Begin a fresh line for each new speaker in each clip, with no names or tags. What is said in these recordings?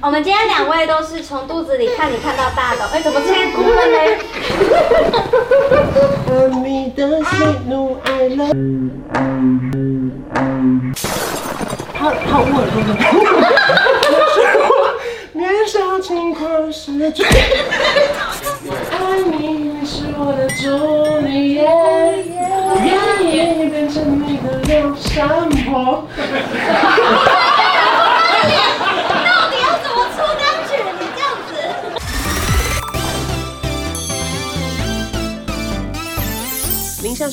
我们今天两位都是从肚子里看你看到大的，哎、怎么切菇了嘞？
看你的喜怒哀乐。他他问我说什么？我说我年少轻狂失去，爱你是我的主力耶，愿意变成你的流山伯。
到底要怎么出单曲？你这样子。
您现在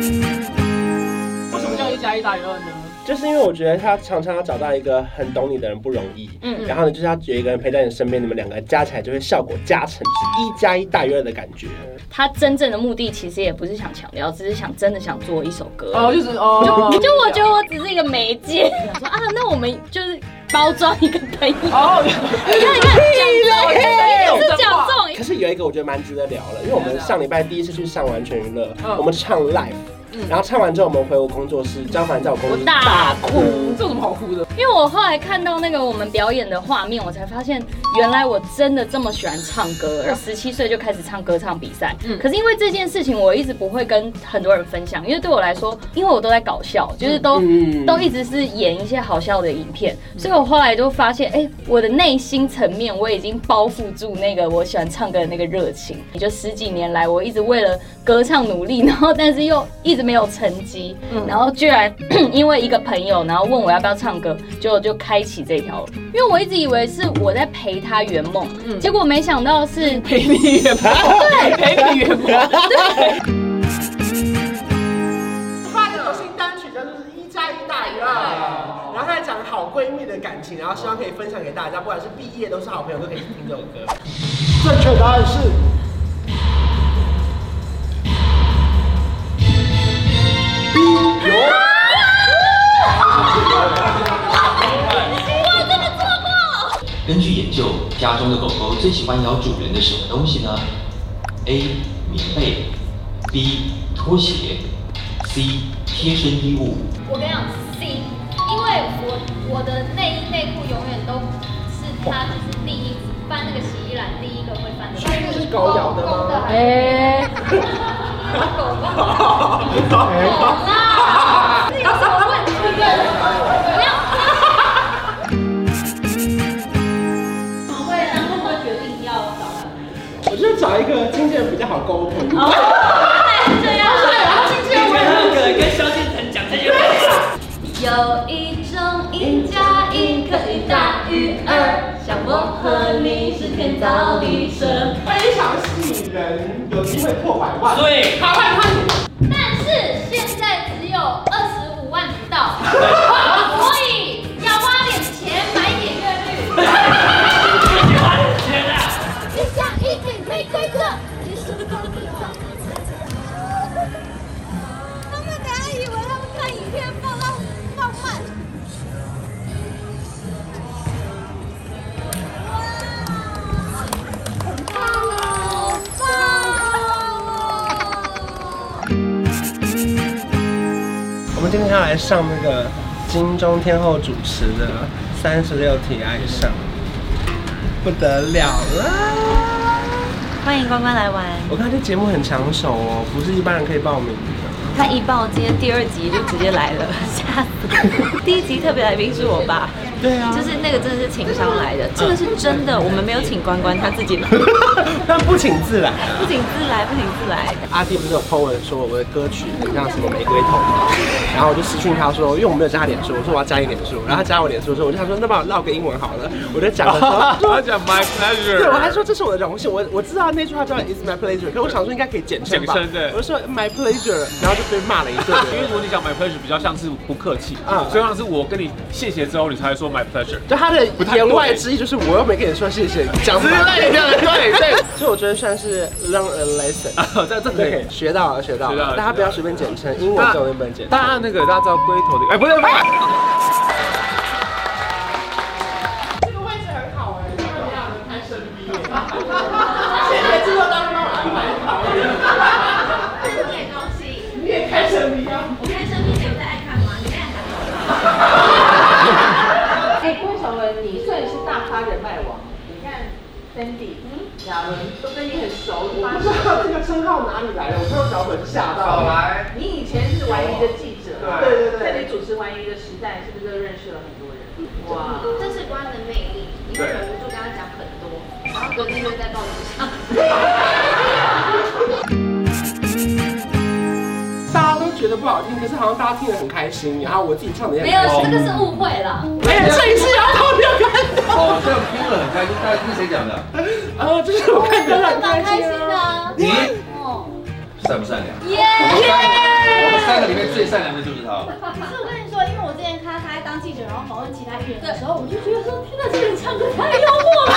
为什么叫一加一大于二呢？
就是因为我觉得他常常要找到一个很懂你的人不容易，嗯，然后呢，就是要有一个人陪在你身边，你们两个加起来就会效果加成，就是一加一大于二的感觉。
他真正的目的其实也不是想强调，只是想真的想做一首歌。
哦，就是哦，
就我觉得我只是一个媒介，想说啊，那我们就是包装一个朋友。
哦，
你看，你看，讲这种，一定是讲这种。
可是有一个我觉得蛮值得聊的，因为我们上礼拜第一次去上完全娱乐，
嗯
我们唱 live，、然后唱完之后我们回我工作室，张凡在嗯我工作室
我大
哭。
这有什么好哭的？
因为我后来看到那个我们表演的画面，我才发现原来我真的这么喜欢唱歌，
嗯
而十七岁就开始唱歌唱比赛。可是因为这件事情，我一直不会跟很多人分享，因为对我来说，因为我都在搞笑，就是都、
嗯
都一直是演一些好笑的影片，所以我后来就发现，哎、我的内心层面我已经包覆住那个我喜 欢唱歌的那个热情。也就十几年来，我一直为了歌唱努力，然后但是又一直没有成绩，然后居然 因为一个朋友，然后问我要不要唱歌，结果就开启这条路，因为我一直以为是我在陪他圆梦，结果没想到是嗯陪你圆梦， 对，陪你圆梦， 对。
发的流新单曲叫做《一加一大于二》，然后她在讲好闺蜜的感情，然后希望可以分享给大家，不管是毕业都是好朋友，都可以去听这首歌。正确答案是
根据研究，家中的狗狗最喜欢咬主人的什么东西呢？A. 棉被，B. 拖鞋，C. 贴身衣物。
我跟你讲 C，因为我我的内衣内裤永远都是它就是第一翻那个洗衣篮第一个会翻的，
是狗咬的吗？
哎，狗狗，狗啦，这有什么问题？不要。
我就找一个经纪人比较好沟通。
这样啊
经纪人我也很
可
跟萧敬腾讲这些话。
有一种一加一可以大于二，像我和你是天造地设。
非常吸引人，有机会破百万。对，百万万。
但是现在只有二十五万不到，所以要花点钱买点阅率。花点钱啊！一加一减推推测，你是不是他们等下以为他们看影片放浪放慢。
我们今天要来上那个金钟天后主持的《三十六题爱上》，不得了啦！
欢迎关关来玩。
我看这节目很抢手哦，不是一般人可以报名 的。
他一报今天第二集就直接来了， 吓死我！第一集特别来宾是我爸，
对啊，嗯
就是那个真的是情商来的，这个是真的，我们没有请关关，他自己来，不
但不请自来啊。
请自来，不请自 来。
阿弟不是有 po 文说我的歌曲很像什么玫瑰头吗？然后我就私讯他说，因为我没有加他脸书，我说我要加你脸书，然后他加我脸书的时候，我就想说那帮我唠个英文好了，我就讲了说，
他讲 my pleasure
对我还说这是我的荣幸，我我知道那句话叫 is my pleasure，可我想说应该可以简称吧，
简称对
我就说 my pleasure，然后就被骂了一顿， 啊
因为如果你讲 my pleasure 比较像是不客气，所以像是我跟你谢谢之后，你才会说 my pleasure。
就他的
不太
言外
对
之意就是我又没跟你说谢谢，讲
之类的对 对。
所以我觉得算是 learn a lesson，
呃
这这可以
学到了学到
学到
了
了，
大家不要随便简称，英文这种也不能简称。
大家那个大家知道龟头的，哎，不对不对，
这个位置很好哎，这个要人太神秘了。现在制作单位帮我安排好了。你也开神秘啊？
我看生命有在爱看吗？你爱看吗？
哎，郭晓文，你算是大咖人脉网，你看 Sandy、雅伦都跟你很熟，
我不知道这个称号哪里来的，我看到脚本吓到了。
你以前是玩娱的记者，
对对对
在你主持玩娱的时代，是不是就认识了很多人？哇，
这是关的魅力，你忍不住跟他讲很多，然后隔天就在报纸上。
大家都觉得不好听，可是好像大家听得很开心，然后我自己唱的也很
没有
开，心
这个是误会啦。
哎，摄影师也要偷掉看到。
哦，这样听了很开心，大家是谁讲的？
啊，这是我看的很开
蛮开
心
心的
啊。
啊。
你
哦，
善不善良？
耶
我们三个我们三个里面最善良的就是他。
可是我跟你说，因为我之前看到他在当记者，然后访问其他艺人的时候，我就觉得说，天哪，这个人唱歌太幽默了。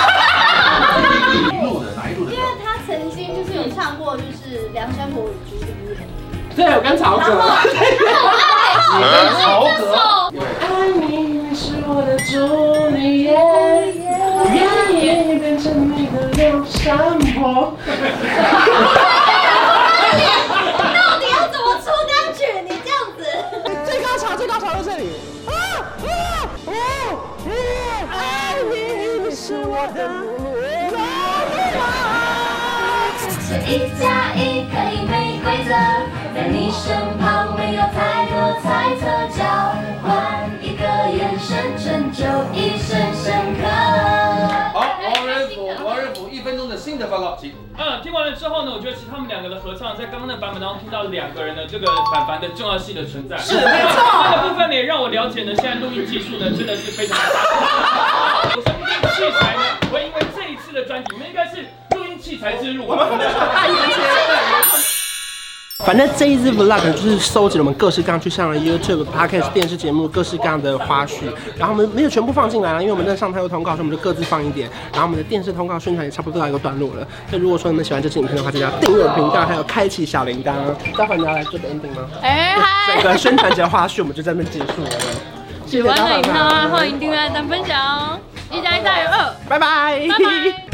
一路的哪一路的
因？为他曾经就是有唱过，就是《梁山伯与朱丽叶》。
对，我跟曹格。
你跟曹格
爱你是我的朱丽叶，我愿意变成你的梁山伯。
到底要怎么出单曲？你这样子。
最高潮，最高潮到这里。啊啊啊！爱你是我
这一加一可以没规则，在你身旁没有太多猜测，交换一个眼神，成就一生深刻。
好，王仁甫，王仁甫一分钟的新
你的报告，请。
嗯，听完了之后呢，我觉得其实他们两个的合唱在刚刚的版本当中听到两个人的这个凡凡的重要性的存在。
是没错
这个部分呢，也让我了解呢，现在录音技术呢真的是非常的发达。我相信这个器材呢，不会因为这一次的专辑，你们应该是录音器材之路。啊我们
按一些对
反正这一支 vlog 就是收集了我们各式各样去上了 YouTube、Podcast、电视节目各式各样的花絮，然后我们没有全部放进来了，因为我们在上太多通告，所以我们就各自放一点。然后我们的电视通告宣传也差不多到一个段落了。所以如果说你们喜欢这支影片的话，记得要订阅我的频道，还有开启小铃铛。待会你要来做个 ending 吗？
哎嗨
整个宣传节的花絮我们就在这边结束了。
喜欢的影片的话，欢迎订阅、按赞、分享，一加一大于二，
拜
拜
拜，
拜。